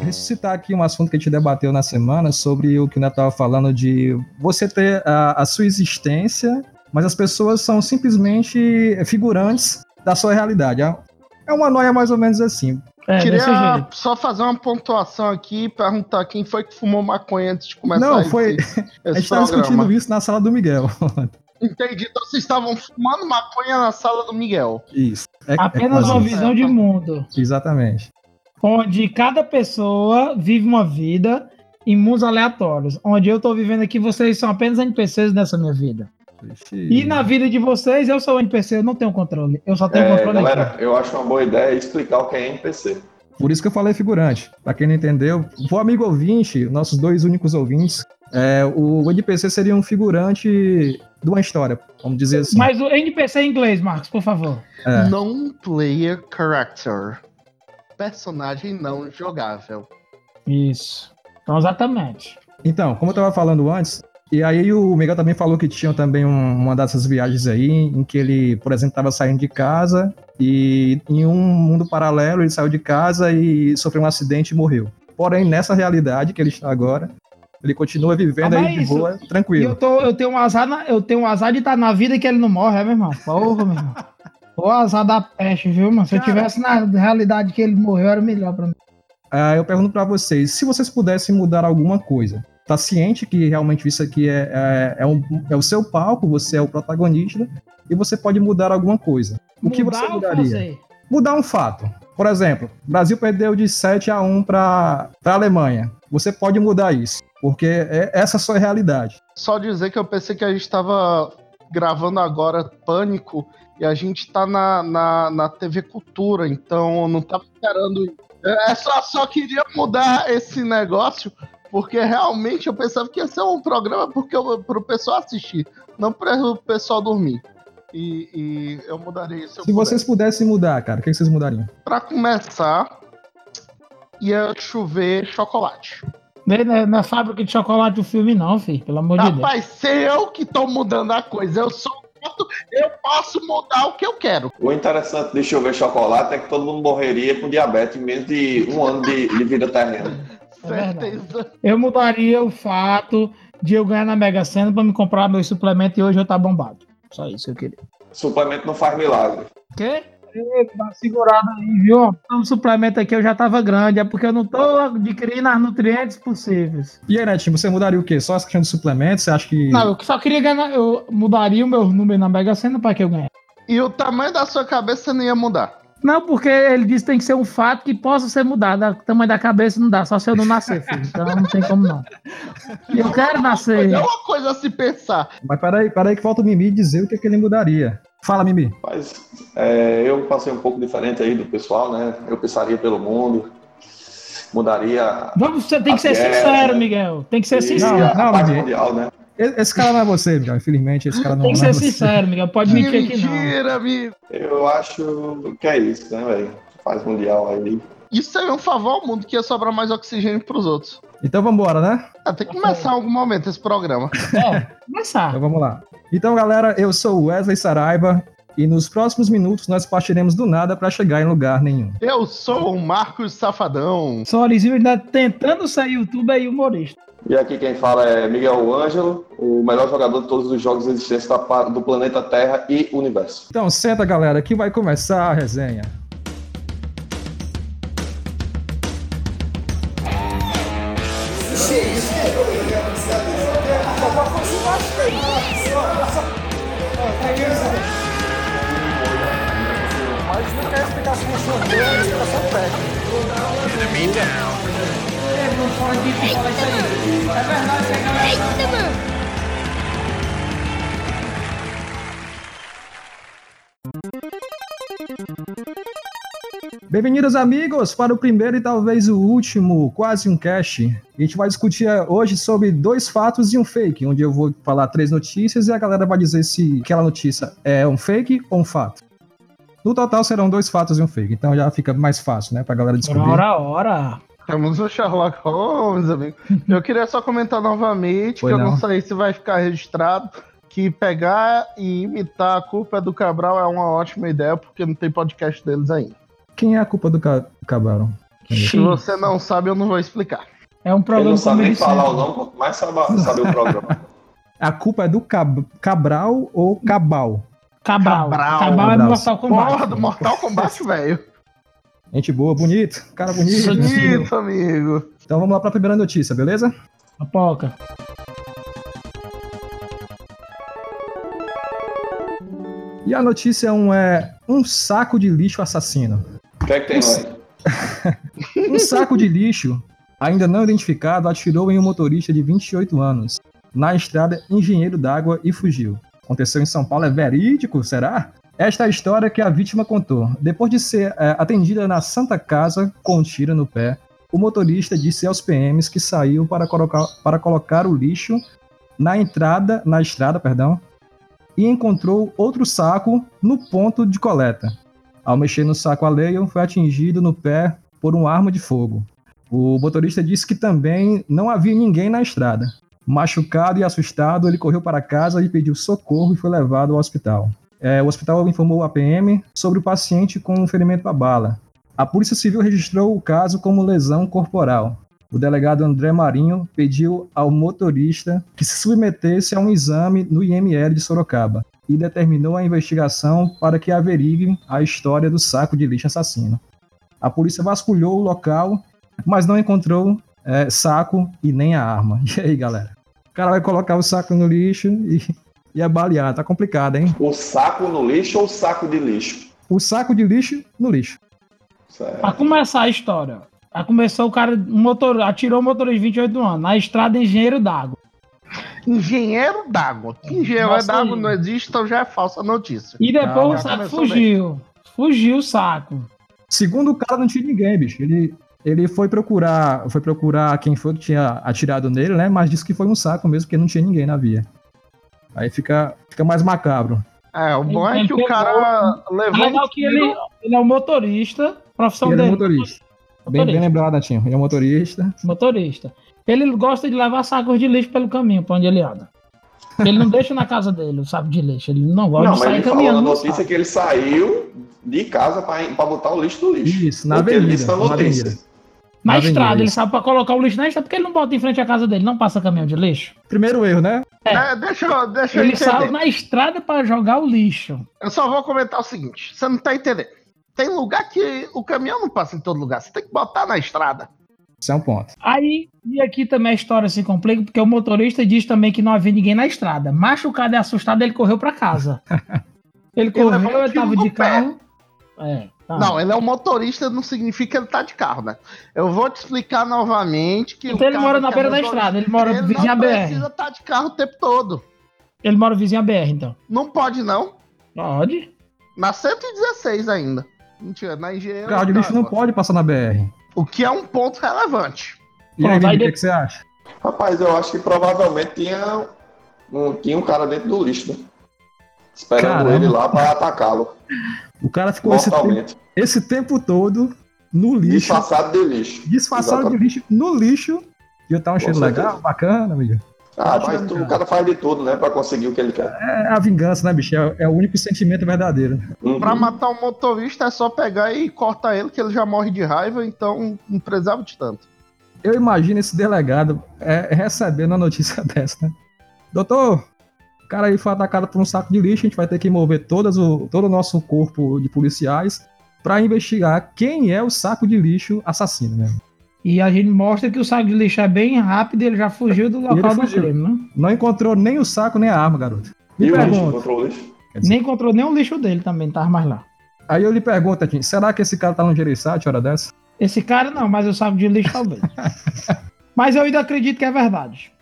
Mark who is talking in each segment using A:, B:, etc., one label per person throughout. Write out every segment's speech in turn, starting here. A: ressuscitar aqui um assunto que a gente debateu na semana sobre o que o Neto estava falando de você ter a, a sua existência, mas as pessoas são simplesmente figurantes da sua realidade. É uma noia mais ou menos assim.
B: É, Queria só fazer uma pontuação aqui e perguntar quem foi que fumou maconha antes de começar
A: Não, foi. Esse, esse a gente estava discutindo isso na sala do Miguel.
B: Entendi. Então vocês estavam fumando maconha na sala do Miguel.
A: Isso.
C: É, Apenas é uma visão de mundo.
A: Exatamente.
C: Onde cada pessoa vive uma vida em mundos aleatórios. Onde eu estou vivendo aqui, vocês são apenas NPCs nessa minha vida. Sim. E na vida de vocês, eu sou um NPC, eu não tenho controle. Eu só tenho é, controle
D: galera, aqui. Eu acho uma boa ideia explicar o que é NPC.
A: Por isso que eu falei figurante. Pra quem não entendeu, o amigo ouvinte, nossos dois únicos ouvintes, é, o NPC seria um figurante de uma história, vamos dizer assim.
C: Mas o NPC é em inglês, Marcos, por favor.
B: É. Non-player character. Personagem não jogável.
C: Isso. Então, exatamente.
A: Então, como eu tava falando antes, e aí o Miguel também falou que tinha também um, uma dessas viagens aí, em que ele, por exemplo, estava saindo de casa e em um mundo paralelo ele saiu de casa e sofreu um acidente e morreu. Porém, nessa realidade que ele está agora, ele continua vivendo ah, aí de isso, boa, tranquilo.
C: Eu, tô, eu, tenho um azar na, eu tenho um azar de estar tá na vida que ele não morre, é, meu irmão? Porra, meu irmão. O azar da peste, viu, mano? Se Cara, eu tivesse na realidade que ele morreu, era melhor pra mim.
A: Ah, eu pergunto para vocês, se vocês pudessem mudar alguma coisa, tá ciente que realmente isso aqui é, é, é, um, é, o seu palco, você é o protagonista e você pode mudar alguma coisa. O mudar que você mudaria? Mudar um fato. Por exemplo, o Brasil perdeu de 7 a 1 para a Alemanha. Você pode mudar isso, porque é, essa é a sua realidade.
B: Só dizer que eu pensei que a gente estava gravando agora Pânico e a gente está na, na, na TV Cultura, então eu não estava esperando. É, só, só queria mudar esse negócio porque realmente eu pensava que ia ser um programa porque eu, pro pessoal assistir, não para o pessoal dormir. E, e eu mudaria isso.
A: Se, se vocês pudessem mudar, cara, o que vocês mudariam?
B: Para começar, ia chover chocolate.
C: Na, na fábrica de chocolate do filme, não, filho. Pelo amor
B: Rapaz,
C: de Deus. Rapaz,
B: ser eu que tô mudando a coisa. Eu sou eu posso mudar o que eu quero.
D: O interessante de chover chocolate é que todo mundo morreria com diabetes em menos de um ano de, de vida terrena.
C: Certeza. É eu mudaria o fato de eu ganhar na Mega Sena para me comprar meus suplementos e hoje eu tá bombado. Só isso que eu queria.
D: Suplemento não faz milagre.
C: Quê? Dá segurada aí, viu? Um suplemento aqui eu já tava grande, é porque eu não tô adquirindo as nutrientes possíveis.
A: E aí, Netinho, você mudaria o quê? Só essa questão de suplementos? Você acha que.
C: Não, eu só queria ganhar. Eu mudaria o meu número na Mega Sena para que eu ganhe.
B: E o tamanho da sua cabeça não ia mudar.
C: Não, porque ele disse que tem que ser um fato que possa ser mudado. O tamanho da cabeça não dá, só se eu não nascer, filho. Então não tem como não. Eu quero nascer.
B: É uma coisa a se pensar.
A: Mas peraí, peraí que falta o Mimi dizer o que, é que ele mudaria. Fala, Mimi.
D: Mas é, eu passei um pouco diferente aí do pessoal, né? Eu pensaria pelo mundo. Mudaria.
C: Vamos, você tem que ser guerra, sincero, né? Miguel. Tem que ser e sincero.
D: A, não, a não, mundial, né?
A: Esse cara não é você, Miguel. Infelizmente, esse cara não,
C: Tem
A: não é
C: você. Tem que ser sincero, Miguel. Pode mentir aqui não. Mentira,
D: amigo. Eu acho que é isso, né, velho? Faz mundial aí.
B: Isso seria um favor ao mundo, que ia sobrar mais oxigênio pros outros.
A: Então vambora,
C: Tá.
A: né?
B: Ah, tem que começar em algum momento esse programa.
C: É, começar.
A: então vamos lá. Então, galera, eu sou Wesley Saraiva. E nos próximos minutos nós partiremos do nada para chegar em lugar nenhum.
B: Eu sou o Marcos Safadão.
C: Sou Orizinho ainda tentando sair youtuber e humorista.
D: E aqui quem fala é Miguel Ângelo, o melhor jogador de todos os jogos existentes do planeta Terra e universo.
A: Então senta, galera, que vai começar a resenha.
E: Mas não quer explicar funcionando, explicação técnica. Enemy down
F: não fala disso, não fala isso aí. É verdade, é galera. Eita, mano!
A: Bem-vindos, amigos, para o primeiro e talvez o último, quase um cast. A gente vai discutir hoje sobre dois fatos e um fake, onde eu vou falar três notícias e a galera vai dizer se aquela notícia é um fake ou um fato. No total serão dois fatos e um fake, então já fica mais fácil, né, pra galera descobrir.
C: Ora, ora!
B: Temos o Sherlock Holmes, amigo. Eu queria só comentar novamente, Foi que eu não. não sei se vai ficar registrado, que pegar e imitar a culpa do Cabral é uma ótima ideia, porque não tem podcast deles ainda.
A: Quem é a culpa do Ca Cabral?
B: Se você não sabe, eu não vou explicar.
C: É um
D: Ele
C: programa
D: não sabe nem
C: comercial.
D: falar o nome, quanto mais sabe, sabe o programa.
A: A culpa é do Cab- Cabral ou Cabal?
C: Cabral.
B: Cabral.
C: Cabral, é
A: Cabral.
C: Mortal Kombat.
B: Porra do Mortal Kombat, velho.
A: Gente boa, bonito, cara bonito.
B: Bonito, amigo.
A: Então vamos lá para a primeira notícia, beleza?
C: Papoca.
A: E a notícia um é um saco de lixo assassino.
D: O que é que tem lá?
A: Um saco de lixo, ainda não identificado, atirou em um motorista de 28 anos. Na estrada, engenheiro d'água e fugiu. Aconteceu em São Paulo, é verídico, será? Esta é a história que a vítima contou. Depois de ser eh, atendida na Santa Casa com um tiro no pé, o motorista disse aos PMs que saiu para colocar, para colocar o lixo na entrada, na estrada, perdão, e encontrou outro saco no ponto de coleta. Ao mexer no saco alheio, foi atingido no pé por uma arma de fogo. O motorista disse que também não havia ninguém na estrada. Machucado e assustado, ele correu para casa e pediu socorro e foi levado ao hospital. É, o hospital informou a PM sobre o paciente com um ferimento à bala. A Polícia Civil registrou o caso como lesão corporal. O delegado André Marinho pediu ao motorista que se submetesse a um exame no IML de Sorocaba e determinou a investigação para que averigue a história do saco de lixo assassino. A polícia vasculhou o local, mas não encontrou é, saco e nem a arma. E aí, galera? O cara vai colocar o saco no lixo e, e é baleado. Tá complicado, hein?
D: O saco no lixo ou o saco de lixo?
A: O saco de lixo no lixo.
D: Isso é-
C: Pra começar a história. Aí começou o cara, um motor, atirou o motorista de 28 anos, na estrada engenheiro d'água.
B: Engenheiro d'água. Que engenheiro
C: Nossa,
B: d'água
C: aí.
B: não existe, então já é falsa notícia.
C: E depois
A: Não,
C: o
A: já
C: saco
B: começou
C: fugiu. Fugiu o saco.
A: Segundo o cara, não tinha ninguém, bicho. Ele, ele foi procurar foi procurar quem foi que tinha atirado nele, né? Mas disse que foi um saco mesmo, porque não tinha ninguém na via. Aí fica, fica mais macabro.
B: É, o bom é
C: Ele
B: que o
C: pegou-
B: cara
C: É
B: levou.
C: legal que ele, ele é um motorista, profissão
A: Ele é
C: dele.
A: motorista. Bem, bem lembrado, Natinho. Ele é motorista.
C: motorista. Ele gosta de levar sacos de lixo pelo caminho, pra onde ele anda. Ele não deixa na casa dele o saco de lixo. Ele não gosta
D: Não,
C: de
D: mas ele
C: sair
B: um
D: falou na
C: caminhando. no
D: notícia
C: saco.
D: que ele saiu de casa para botar o lixo no lixo.
A: Isso, na
D: O que ele
A: avenida.
D: disse na
A: na avenida.
D: notícia.
C: Na
A: Avenida,
C: estrada, ele
A: isso.
C: sabe pra colocar o lixo na estrada, porque ele não bota em frente à casa dele, não passa caminhão de lixo.
A: Primeiro erro, né?
B: É, deixa, eu- deixa eu
C: Ele
B: entender.
C: saiu na estrada pra jogar o lixo.
B: Eu só vou comentar o seguinte: você não tá entendendo. Tem lugar que o caminhão não passa em todo lugar. Você tem que botar na estrada.
A: Isso é um ponto.
C: Aí, e aqui também a história se complica, porque o motorista diz também que não havia ninguém na estrada. Machucado e assustado, ele correu pra casa. Ele
B: levou um
C: correu, ele
B: tiro
C: tava
B: no
C: de
B: pé.
C: carro. É, tá.
B: Não, ele é um motorista, não significa que ele tá de carro, né? Eu vou te explicar novamente que. é
C: Então ele mora na beira da estrada, ele mora
B: Ele
C: vizinho à
B: não
C: BR.
B: precisa estar de carro o tempo todo.
C: Ele mora vizinho à BR, então.
B: Não pode, não.
C: Pode.
B: Na 116 ainda. Mentira, na engenheira.
A: Carro de lixo não pode passar na BR.
B: O que é um ponto relevante.
A: E
C: Pronto,
A: aí, Vivi,
C: aí
A: o que,
C: de-
A: que você acha?
D: Rapaz, eu acho que provavelmente tinha um, tinha um cara dentro do lixo, né? Esperando
A: Caramba.
D: ele lá para atacá-lo.
A: O cara ficou esse tempo,
D: Mortalmente.
A: esse tempo todo no lixo,
D: Disfarçado de lixo.
A: disfarçado de lixo, no lixo. E eu tava um
D: Com
A: cheiro
D: certeza.
A: legal, bacana, amigo.
D: Ah, mas tu- o cara faz de tudo, né? Pra conseguir o que ele quer.
A: É a vingança, né, bicho? É, é o único sentimento verdadeiro.
D: Uhum.
B: Pra matar um motorista é só pegar e cortar ele, que ele já morre de raiva, então não precisava de tanto.
A: Eu imagino esse delegado é, recebendo a notícia dessa, né? Doutor, o cara aí foi atacado por um saco de lixo, a gente vai ter que mover todas o, todo o nosso corpo de policiais pra investigar quem é o saco de lixo assassino, né?
C: E a gente mostra que o saco de lixo é bem rápido, ele já fugiu do
A: ele
C: local do
A: fugiu.
C: crime, né?
A: Não encontrou nem o saco nem a arma, garoto. Me
D: E o lixo?
A: pergunto,
D: Encontrou o lixo?
C: Nem encontrou nem o lixo dele também, não tava mais lá.
A: aí eu lhe pergunto, Tatinho, será que esse cara tá no Gereissati, hora dessa?
C: Esse cara não, mas o saco de lixo talvez. mas eu ainda acredito que é verdade.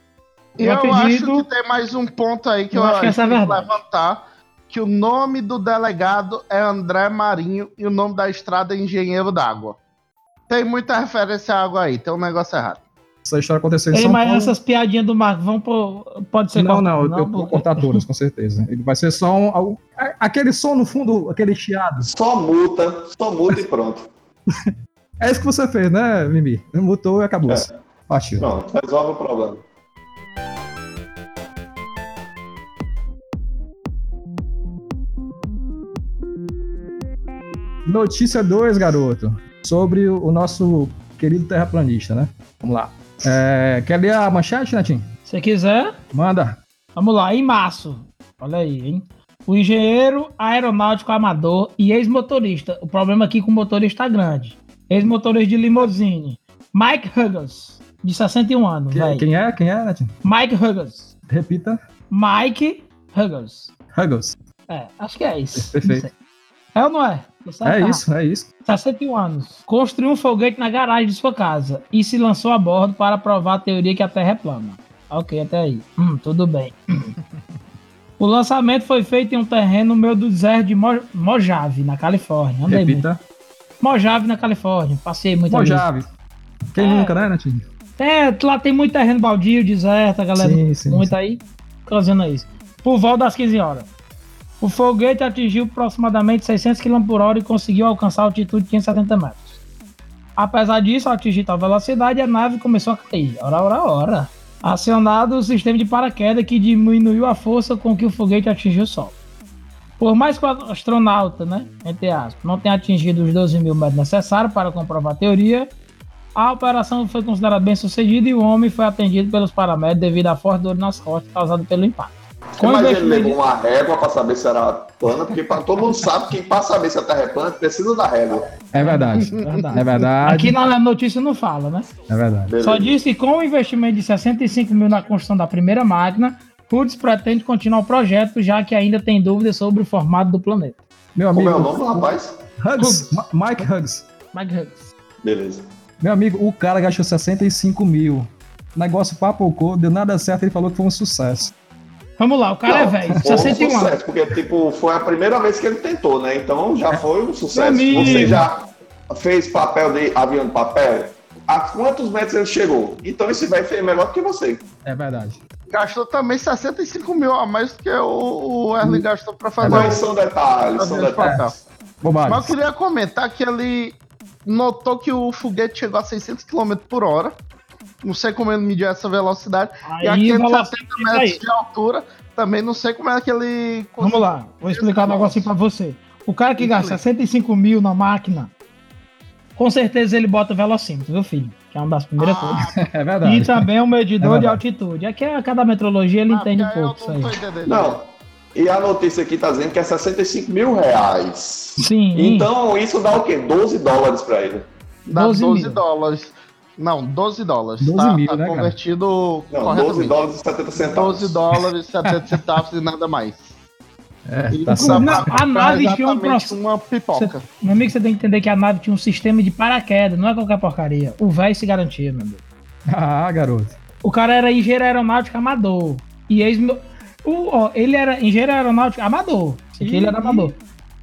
B: Eu,
C: Eu
B: acho
C: acredito-
B: que tem mais um ponto aí que eu,
C: Eu acho que essa é
B: a gente tem
C: verdade.
B: levantar, que o nome do delegado é André Marinho e o nome da estrada é Engenheiro d'Água. Tem muita referência à água aí, tem um negócio errado.
A: Essa história aconteceu em
C: Ei,
A: São
C: mas
A: Paulo.
C: essas piadinhas do Marco vão pro... Pode ser
A: Não,
C: cortado,
A: não, eu- eu vou
C: porque-
A: cortar todas, com certeza. Ele vai ser só um, algum- a- aquele som no fundo, aquele chiado.
D: Só multa, só multa e pronto.
A: É isso que você fez, né, Mimi? Mutou e acabou. Partiu.
D: Pronto, resolve o problema.
A: Notícia 2, garoto. Sobre o nosso querido terraplanista, né? Vamos lá. É, quer ler a manchete, Netinho?
C: Se quiser,
A: Manda.
C: vamos lá. Em março, olha aí, hein? O engenheiro aeronáutico amador e ex-motorista. O problema aqui com o motorista grande. Ex-motorista de limousine. Mike Huggins, de 61 anos,
A: Que-
C: velho.
A: quem é? Quem é, Netinho?
C: Mike Huggins.
A: Repita.
C: Mike Huggins.
A: Huggles.
C: É, acho que é isso.
A: Perfeito.
C: Não sei. É ou não é? Você
A: é
C: tá.
A: isso, é isso.
C: 61 anos. Construiu um foguete na garagem de sua casa e se lançou a bordo para provar a teoria que a Terra é plana. Ok, até aí. Hum, tudo bem. o lançamento foi feito em um terreno no meio do deserto de Mo- Mojave, na Califórnia. Andei muito.
A: Repita.
C: Mojave, na Califórnia. Passei muito ali.
A: Mojave. Quem
C: É.
A: nunca, né, Netinho?
C: É, lá tem muito terreno baldio, deserto, a galera
A: Sim, sim,
C: muito
A: sim.
C: aí causando isso. Por volta das 15 horas. O foguete atingiu aproximadamente 600 km por hora e conseguiu alcançar a altitude de 570 metros. Apesar disso, ao atingir tal velocidade, a nave começou a cair. Ora, ora, ora. Acionado o sistema de paraquedas que diminuiu a força com que o foguete atingiu o Sol. Por mais que o astronauta, né, entre aspas, não tenha atingido os 12 mil metros necessários para comprovar a teoria, a operação foi considerada bem sucedida e o homem foi atendido pelos paramédicos devido à forte dor nas costas causada pelo impacto. Com
D: Mas ele
C: investimento-
D: levou uma régua pra saber se era plana, porque pra- todo mundo sabe que pra saber se a terra é plana precisa da régua.
A: É verdade.
C: Verdade.
A: É verdade.
C: Aqui na notícia não fala, né?
A: É verdade.
D: Beleza.
C: Só disse que com o investimento de 65 mil na construção da primeira máquina, Woods pretende continuar o projeto, já que ainda tem dúvidas sobre o formato do planeta.
A: Meu
D: Como é o
A: amigo,
D: nome do rapaz?
A: Hugs, Ma- Mike Hugs.
C: Mike Huggs.
D: Beleza.
A: Meu amigo, o cara gastou 65 mil. Negócio papocou, deu nada certo, ele falou que foi um sucesso.
C: Vamos lá, o cara é
D: Não,
C: velho,
D: Foi um
C: 61 anos.
D: sucesso, porque tipo, foi a primeira vez que ele tentou, né? Então já foi um sucesso.
C: Meu
D: Você
C: amigo.
D: já fez papel de avião de papel? A quantos metros ele chegou? Então esse velho fez melhor do que você.
A: É verdade.
B: Gastou também 65 mil a mais do que o, o
C: Hum.
B: Erling gastou pra fazer
D: Mas
B: o
D: são detalhes, são
B: avião de papel.
D: detalhes.
A: Bobagem.
B: Mas eu queria comentar que ele notou que o foguete chegou a 600 km por hora. Não sei como ele mediu essa velocidade. e a
C: Aí, vamos lá,
B: 570 metros
C: aí.
B: de altura, também não sei como é que ele...
C: Vamos lá, vou explicar um negocinho pra você. O cara que gasta
B: Explica.
C: 65 mil na máquina, com certeza ele bota velocímetro, viu, filho? Que é uma das
B: Ah,
C: primeiras coisas.
A: É
C: E
A: verdade.
C: também um medidor
A: É verdade.
C: de altitude. Aqui, a cada metrologia, ele
B: Ah,
C: entende um
B: porque aí eu
C: pouco isso aí.
B: não tô entendendo.
D: Não. E a notícia aqui tá dizendo que é 65 mil reais.
C: Sim.
D: Então isso dá o quê? 12 dólares pra ele.
B: Dá
C: 12
B: 12,
C: mil.
B: dólares. Não, 12 dólares.
A: 12
B: tá,
A: mil,
B: tá
A: né, cara?
B: convertido
D: Não, 12
B: corretamente.
D: dólares tá. e 70 centavos.
B: 12 dólares, 70 centavos e nada mais.
A: É,
B: Ele
A: tá
B: comprou
A: certo.
C: Não, a nave
B: exatamente
C: tinha um processo.
B: uma pipoca.
C: Meu amigo, você tem que entender que a nave tinha um sistema de paraquedas, não é qualquer porcaria. O velho se garantia, meu amigo.
A: Ah, garoto.
C: O cara era engenheiro aeronáutico amador. E ex o, ó, ele era engenheiro aeronáutico amador. Isso aqui ele era amador.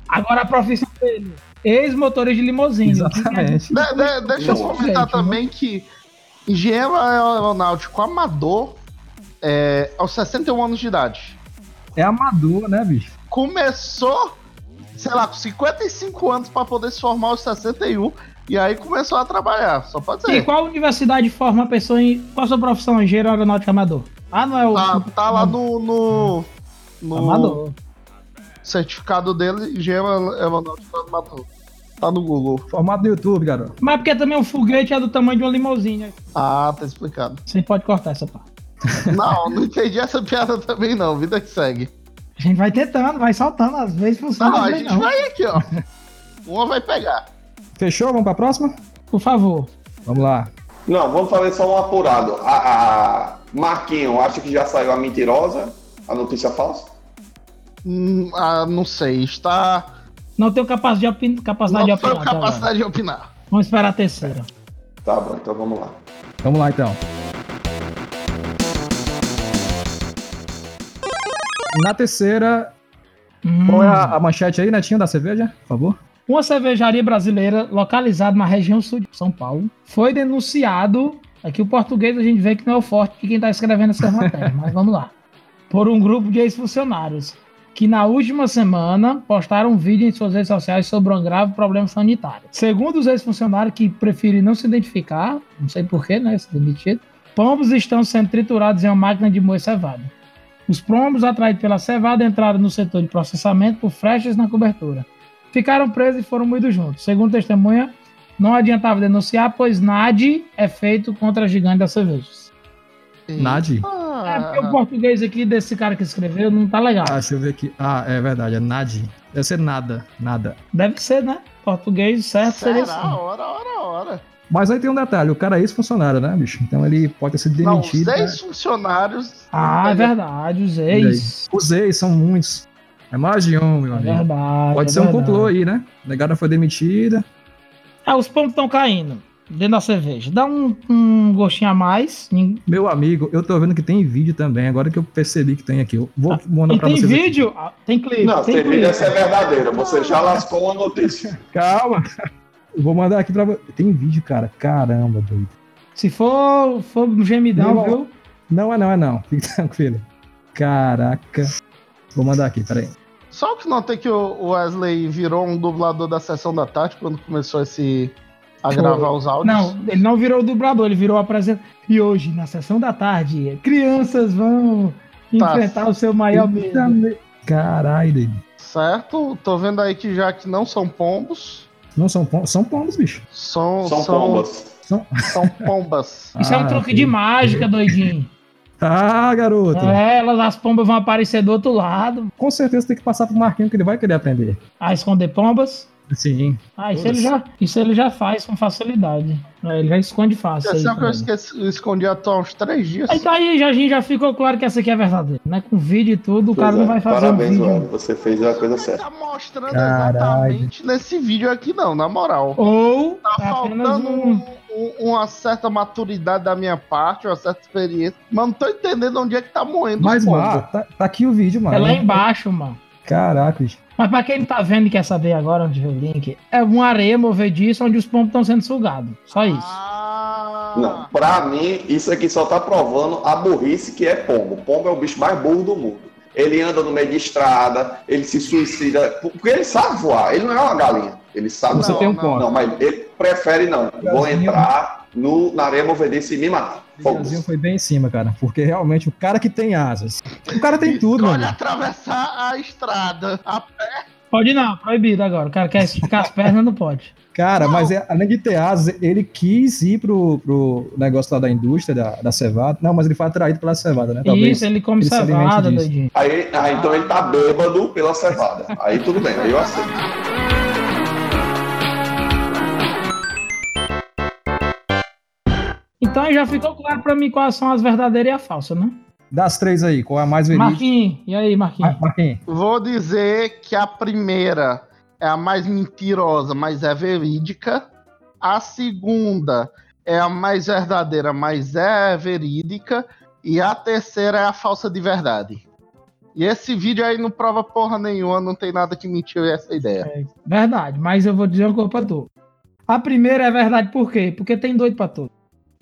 C: Agora a profissão dele, ex-motorista de limousine.
A: Exatamente.
B: De- de- deixa eu
D: Não.
B: comentar
C: Gente,
B: também que engenheiro aeronáutico amador é, aos 61 anos de idade.
A: É amador, né, bicho?
B: Começou, sei lá, com 55 anos para poder se formar aos 61 e aí começou a trabalhar. Só pode
C: E
B: ser.
C: qual universidade forma a pessoa em. Qual a sua profissão? Engenheiro aeronáutico amador. Ah, não é o.
B: Tá, tá lá no, no, no
C: Amador.
B: certificado dele, engenheiro aeronáutico amador. Tá no Google.
A: Formato do YouTube, garoto.
C: Mas porque também o foguete é do tamanho de uma limousine.
B: Ah, tá explicado.
C: Você pode cortar essa parte.
B: Não, não entendi essa piada também não. Vida que segue.
C: A gente vai tentando, vai saltando, às vezes
B: Não,
C: funciona.
B: não,
C: às
B: a
C: vezes
B: gente
C: não.
B: vai aqui, ó. Uma vai pegar.
A: Fechou? Vamos pra próxima?
C: Por favor.
A: Vamos lá.
D: Não, vamos fazer só um apurado. A, a Marquinho, acha que já saiu a mentirosa? A notícia falsa?
B: Hum, ah, não sei, está.
C: Não tenho capacidade de, opin... capacidade
B: não
C: é de opinar. tá
B: tenho
C: até agora.
B: capacidade de opinar.
C: Vamos esperar a terceira.
D: Tá bom, então vamos lá.
A: Vamos lá, então. Na terceira,
C: Hum.
A: qual é a, a manchete aí, Netinho, da cerveja? Por favor.
C: Uma cervejaria brasileira localizada na região sul de São Paulo foi denunciado. Aqui o português a gente vê que não é o forte de quem está escrevendo essas matérias, mas vamos lá. Por um grupo de ex-funcionários que na última semana postaram um vídeo em suas redes sociais sobre um grave problema sanitário. Segundo os ex-funcionários que preferem não se identificar, não sei porquê, né? Se demitido, pombos estão sendo triturados em uma máquina de moer cevada. Os pombos atraídos pela cevada entraram no setor de processamento por frechas na cobertura ficaram presos e foram moídos juntos. Segundo testemunha, Não adiantava denunciar, pois NAD é feito contra a gigante das cervejas.
A: Nadi?
B: Ah,
C: É porque o português aqui desse cara que escreveu não tá legal.
A: Ah, deixa eu ver aqui. Ah, é verdade, é Nadi. Deve ser nada, nada.
C: Deve ser, né? Português certo seria
B: Será?
C: assim.
B: Ora, ora, ora.
A: Mas aí tem um detalhe, o cara é ex-funcionário, né, bicho? Então ele pode ter sido
B: Não,
A: demitido. né?
B: seis funcionários.
C: Ah, é verdade, os ex.
A: Os ex são muitos. É mais de um, meu
C: É
A: amigo.
C: verdade.
A: Pode
C: é
A: ser um
C: verdade.
A: complô aí, né? A negada foi demitida.
C: Ah, os pontos estão caindo dentro da cerveja. Dá um, um gostinho a mais. Nin-
A: Meu amigo, eu tô vendo que tem vídeo também, agora que eu percebi que tem aqui. Eu vou mandar
C: Ah, E
A: pra
C: tem
A: vocês. aqui.
C: vídeo? Ah, tem clipe.
D: Não,
C: tem
D: tem
C: clipe.
D: vídeo, essa é verdadeira. Você já lascou uma notícia.
A: Calma. Eu vou mandar aqui pra vocês. Tem vídeo, cara. Caramba, doido.
C: Se for, for gemidão,
A: Não.
C: viu?
A: Não é não, é não. Fique tranquilo. Caraca. Vou mandar aqui, peraí.
B: Só o que notei que o Wesley virou um dublador da sessão da tarde quando começou esse. a
C: Foi.
B: gravar os áudios.
C: Tipo, Não, ele não virou o dublador, ele virou o apresentador. E hoje, na sessão da tarde, crianças vão
B: Tá.
C: enfrentar o seu maior
A: Eita
C: medo.
A: me- Caralho, doido.
B: Certo? Tô vendo aí que já que não são pombos,
A: Não são pombos, são pombos, bicho.
B: são.
D: São
C: um.
D: pombas.
B: São pombas.
C: Isso é um
A: Ah,
C: truque
A: ok.
C: de mágica, doidinho.
A: Ah, garoto.
C: É, elas, as pombas vão aparecer do outro lado,
A: Com certeza tem que passar pro Marquinho que ele vai querer aprender.
C: a esconder pombas.
A: Sim.
C: Ah, isso ele, já, isso ele já faz com facilidade. É, Ele já esconde fácil. aí
B: Esse é o que eu
C: também.
B: esqueci, eu escondi a tua há uns três dias.
C: Aí tá aí, já, já ficou claro que essa aqui é verdadeira, né? Com vídeo e tudo, o cara
D: Pois
C: não
D: é,
C: vai fazer um
D: Parabéns,
C: vídeo.
D: Wesley. Você fez a coisa
B: Não
D: certa.
B: tá mostrando
A: Caralho.
B: exatamente nesse vídeo aqui, não, na moral.
C: Ou
B: Tá
C: é apenas
B: faltando
C: um...
B: um- um- uma certa maturidade da minha parte, uma certa experiência. Mas não tô entendendo onde é que tá moendo os
A: Mas,
B: pombos.
A: mano, tá, tá aqui o vídeo, mano.
C: ah. É lá embaixo, mano.
A: Caraca, bicho.
C: Mas pra quem não tá vendo e quer saber agora onde vê o link, é uma areia movediça onde os pombos estão sendo sugados. Só isso.
B: Ah,
D: Não, pra mim, isso aqui só tá provando a burrice que é pombo. Pombo é o bicho mais burro do mundo. Ele anda no meio de estrada, ele se suicida, porque ele sabe voar, ele não é uma galinha. Ele sabe
A: Você
D: voar.
A: tem um
B: não,
A: ponto.
D: Não, mas ele prefere não. Vou
A: Galinha-
D: entrar no, na areia movediça e me matar.
A: O
D: Fogo.
A: Brasil foi bem em cima, cara. Porque realmente o cara que tem asas. O cara tem tudo,
B: Olha,
A: mano.
B: atravessar a estrada. A-
C: Pode não, proibido agora. O cara quer esticar as pernas, não pode.
A: Cara, mas é- além de ter asas, ele quis ir pro, pro negócio lá da indústria, da, da cevada. Não, mas ele foi atraído pela cevada, né? Talvez.
C: Isso, ele come
A: ele se alimente
C: cevada,
A: disso.
C: doidinho.
D: Aí, ah, então ele tá bêbado pela cevada. Aí tudo bem, aí eu aceito.
C: Então já ficou claro pra mim quais são as verdadeiras e a falsa, né?
A: Das três aí, qual é a mais verídica?
C: Marquinhos, e aí, Marquinhos?
A: Ah, Marquinhos.
B: Vou dizer que a primeira é a mais mentirosa, mas é verídica. A segunda é a mais verdadeira, mas é verídica. E a terceira é a falsa de verdade. E esse vídeo aí não prova porra nenhuma, não tem nada que mentir essa ideia.
C: Verdade, mas eu vou dizer uma coisa pra tu. A primeira é verdade por quê? Porque tem doido pra tudo.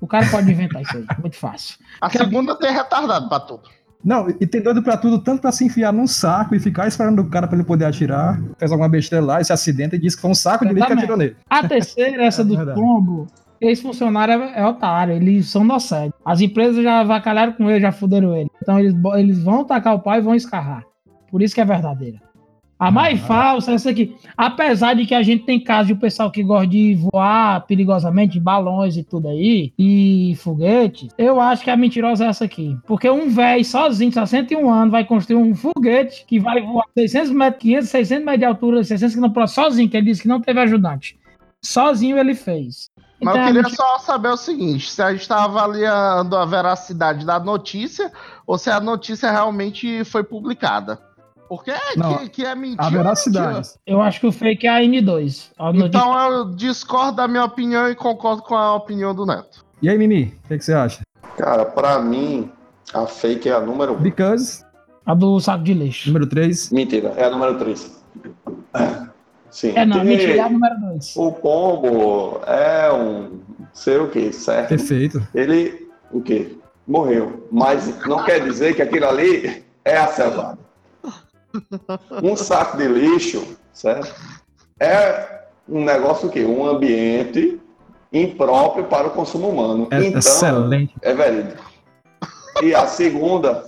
C: O cara pode inventar isso aí, muito fácil.
B: A segunda tem retardado pra tudo.
A: Não, e tem doido pra tudo, tanto pra se enfiar num saco e ficar esperando o cara pra ele poder atirar. Fez alguma besteira lá, esse acidente e disse que foi um saco de lixo que
C: Exatamente.
A: atirou nele.
C: A terceira, essa
A: É
C: do
A: verdade.
C: combo, ex-funcionário é, é otário, eles são nocéticos. As empresas já avacalharam com ele, já fuderam ele. Então eles, bo- eles vão tacar o pau e vão escarrar. Por isso que é verdadeira. A
A: Ah,
C: mais falsa é essa aqui. Apesar de que a gente tem casos de pessoal que gosta de voar perigosamente, balões e tudo aí, e foguete, eu acho que a mentirosa é essa aqui. Porque um velho sozinho, de 61 anos, vai construir um foguete que vai voar 600 metros, 500, 600 metros de altura, 600 quilômetros, sozinho, que ele disse que não teve ajudante. Sozinho ele fez. Então,
B: Mas eu
C: é
B: queria
C: mentira-
B: só saber o seguinte: se a gente tá avaliando a veracidade da notícia ou se a notícia realmente foi publicada. Porque é
A: Não,
B: que, que é mentira.
A: A
B: é
A: veracidade.
C: Eu acho que o fake é a N2. A
B: mentira.
C: notícia-
B: Então eu discordo da minha opinião e concordo com a opinião do Neto.
A: E aí, Mimi, o que, que você acha?
D: Cara, pra mim, a fake é a número um.
A: Because,
C: a do
B: Então-
C: saco de lixo.
A: número 3.
D: Mentira, é a número 3. Sim.
C: É, não,
D: Porque
C: mentira, é a número 2.
D: O pombo é um. sei o que, certo?
A: Perfeito.
D: Ele. o quê? Morreu. Mas não quer dizer que aquilo ali é a selvagem. Um saco de lixo, certo? É um negócio o quê? Um ambiente impróprio para o consumo humano. Então,
A: É- Excelente.
D: É verídico. E a segunda,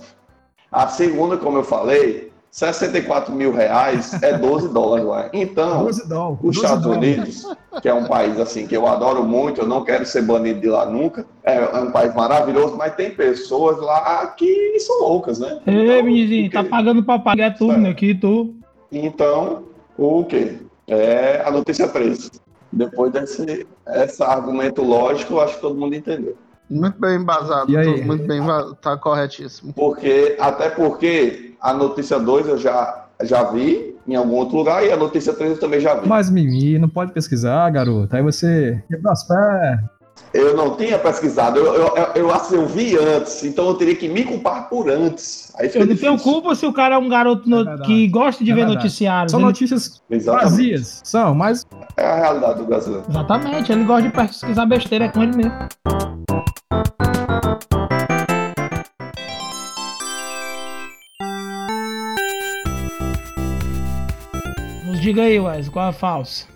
D: a segunda, como eu falei, 64 mil reais é 12 dólares lá. Então,
A: 12 dólares.
D: os
A: 12
D: Estados
A: dólares.
D: Unidos, que é um país assim que eu adoro muito, eu não quero ser banido de lá nunca, é, é um país maravilhoso, mas tem pessoas lá que são loucas, né?
C: Ei,
D: Então,
C: meninozinho,
D: o
C: tá
D: quê?
C: pagando pra pagar tudo, né? Aqui, tu.
D: Então, o quê? É a notícia presa. Depois desse esse argumento lógico, eu acho que todo mundo entendeu.
B: Muito bem embasado,
A: E aí?
B: tudo muito bem, va- tá corretíssimo.
D: Porque, até porque a notícia 2 eu já, já vi em algum outro lugar e a notícia 3 eu também já vi.
A: Mas, Mimi, não pode pesquisar, garoto. Aí você quebra as pernas.
D: Eu não tinha pesquisado, eu, eu, eu, eu, assim, eu vi antes, então eu teria que me culpar por antes. Aí fica
C: Eu não
D: difícil.
C: tenho culpa se o cara é um garoto no-
A: É verdade.
C: que gosta de
A: É
C: ver
A: verdade.
C: noticiários.
A: São
C: Ele-
A: notícias
D: Exatamente.
A: vazias. São, mas
D: É a realidade do brasileiro.
C: Exatamente, ele gosta de pesquisar besteira é com ele mesmo. Nos diga aí, Wes, qual é a falsa?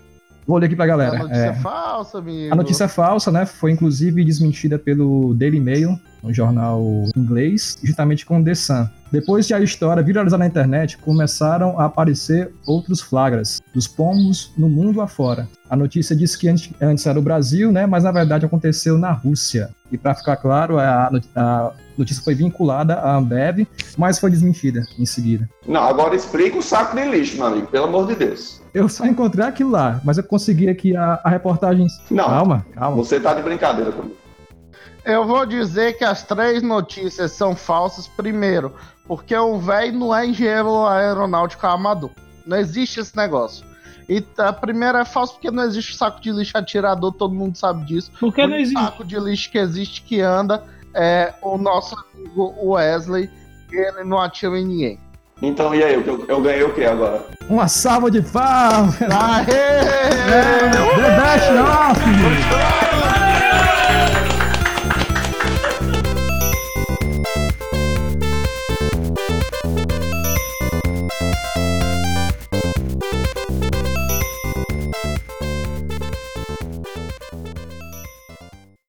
A: vou ler aqui pra
B: É
A: galera.
B: notícia
A: É,
B: falsa, menino.
A: A notícia falsa, né? Foi inclusive desmentida pelo Daily Mail, um jornal inglês, justamente com The Sun. Depois de a história viralizar na internet, começaram a aparecer outros flagras dos pombos no mundo afora. A notícia diz que antes, antes era o Brasil, né? Mas na verdade aconteceu na Rússia. E para ficar claro, a, not- a notícia foi vinculada à Ambev, mas foi desmentida em seguida.
D: Não, agora explica o saco de lixo, meu amigo, pelo amor de Deus.
A: Eu só encontrei aquilo lá, mas eu consegui aqui a, a reportagem.
D: Não,
A: Calma, calma.
D: você tá de brincadeira comigo.
B: Eu vou dizer que as três notícias são falsas, primeiro, porque o velho não é engenheiro aeronáutico é amador. Não existe esse negócio. E a primeira é falsa porque não existe saco de lixo atirador, todo mundo sabe disso.
C: Porque
B: o
C: não existe.
B: saco de lixo que existe que anda é o nosso amigo Wesley, e ele não atira em ninguém.
D: Então, e aí, eu, eu ganhei o que agora?
A: Uma salva de palmas!
B: Aê!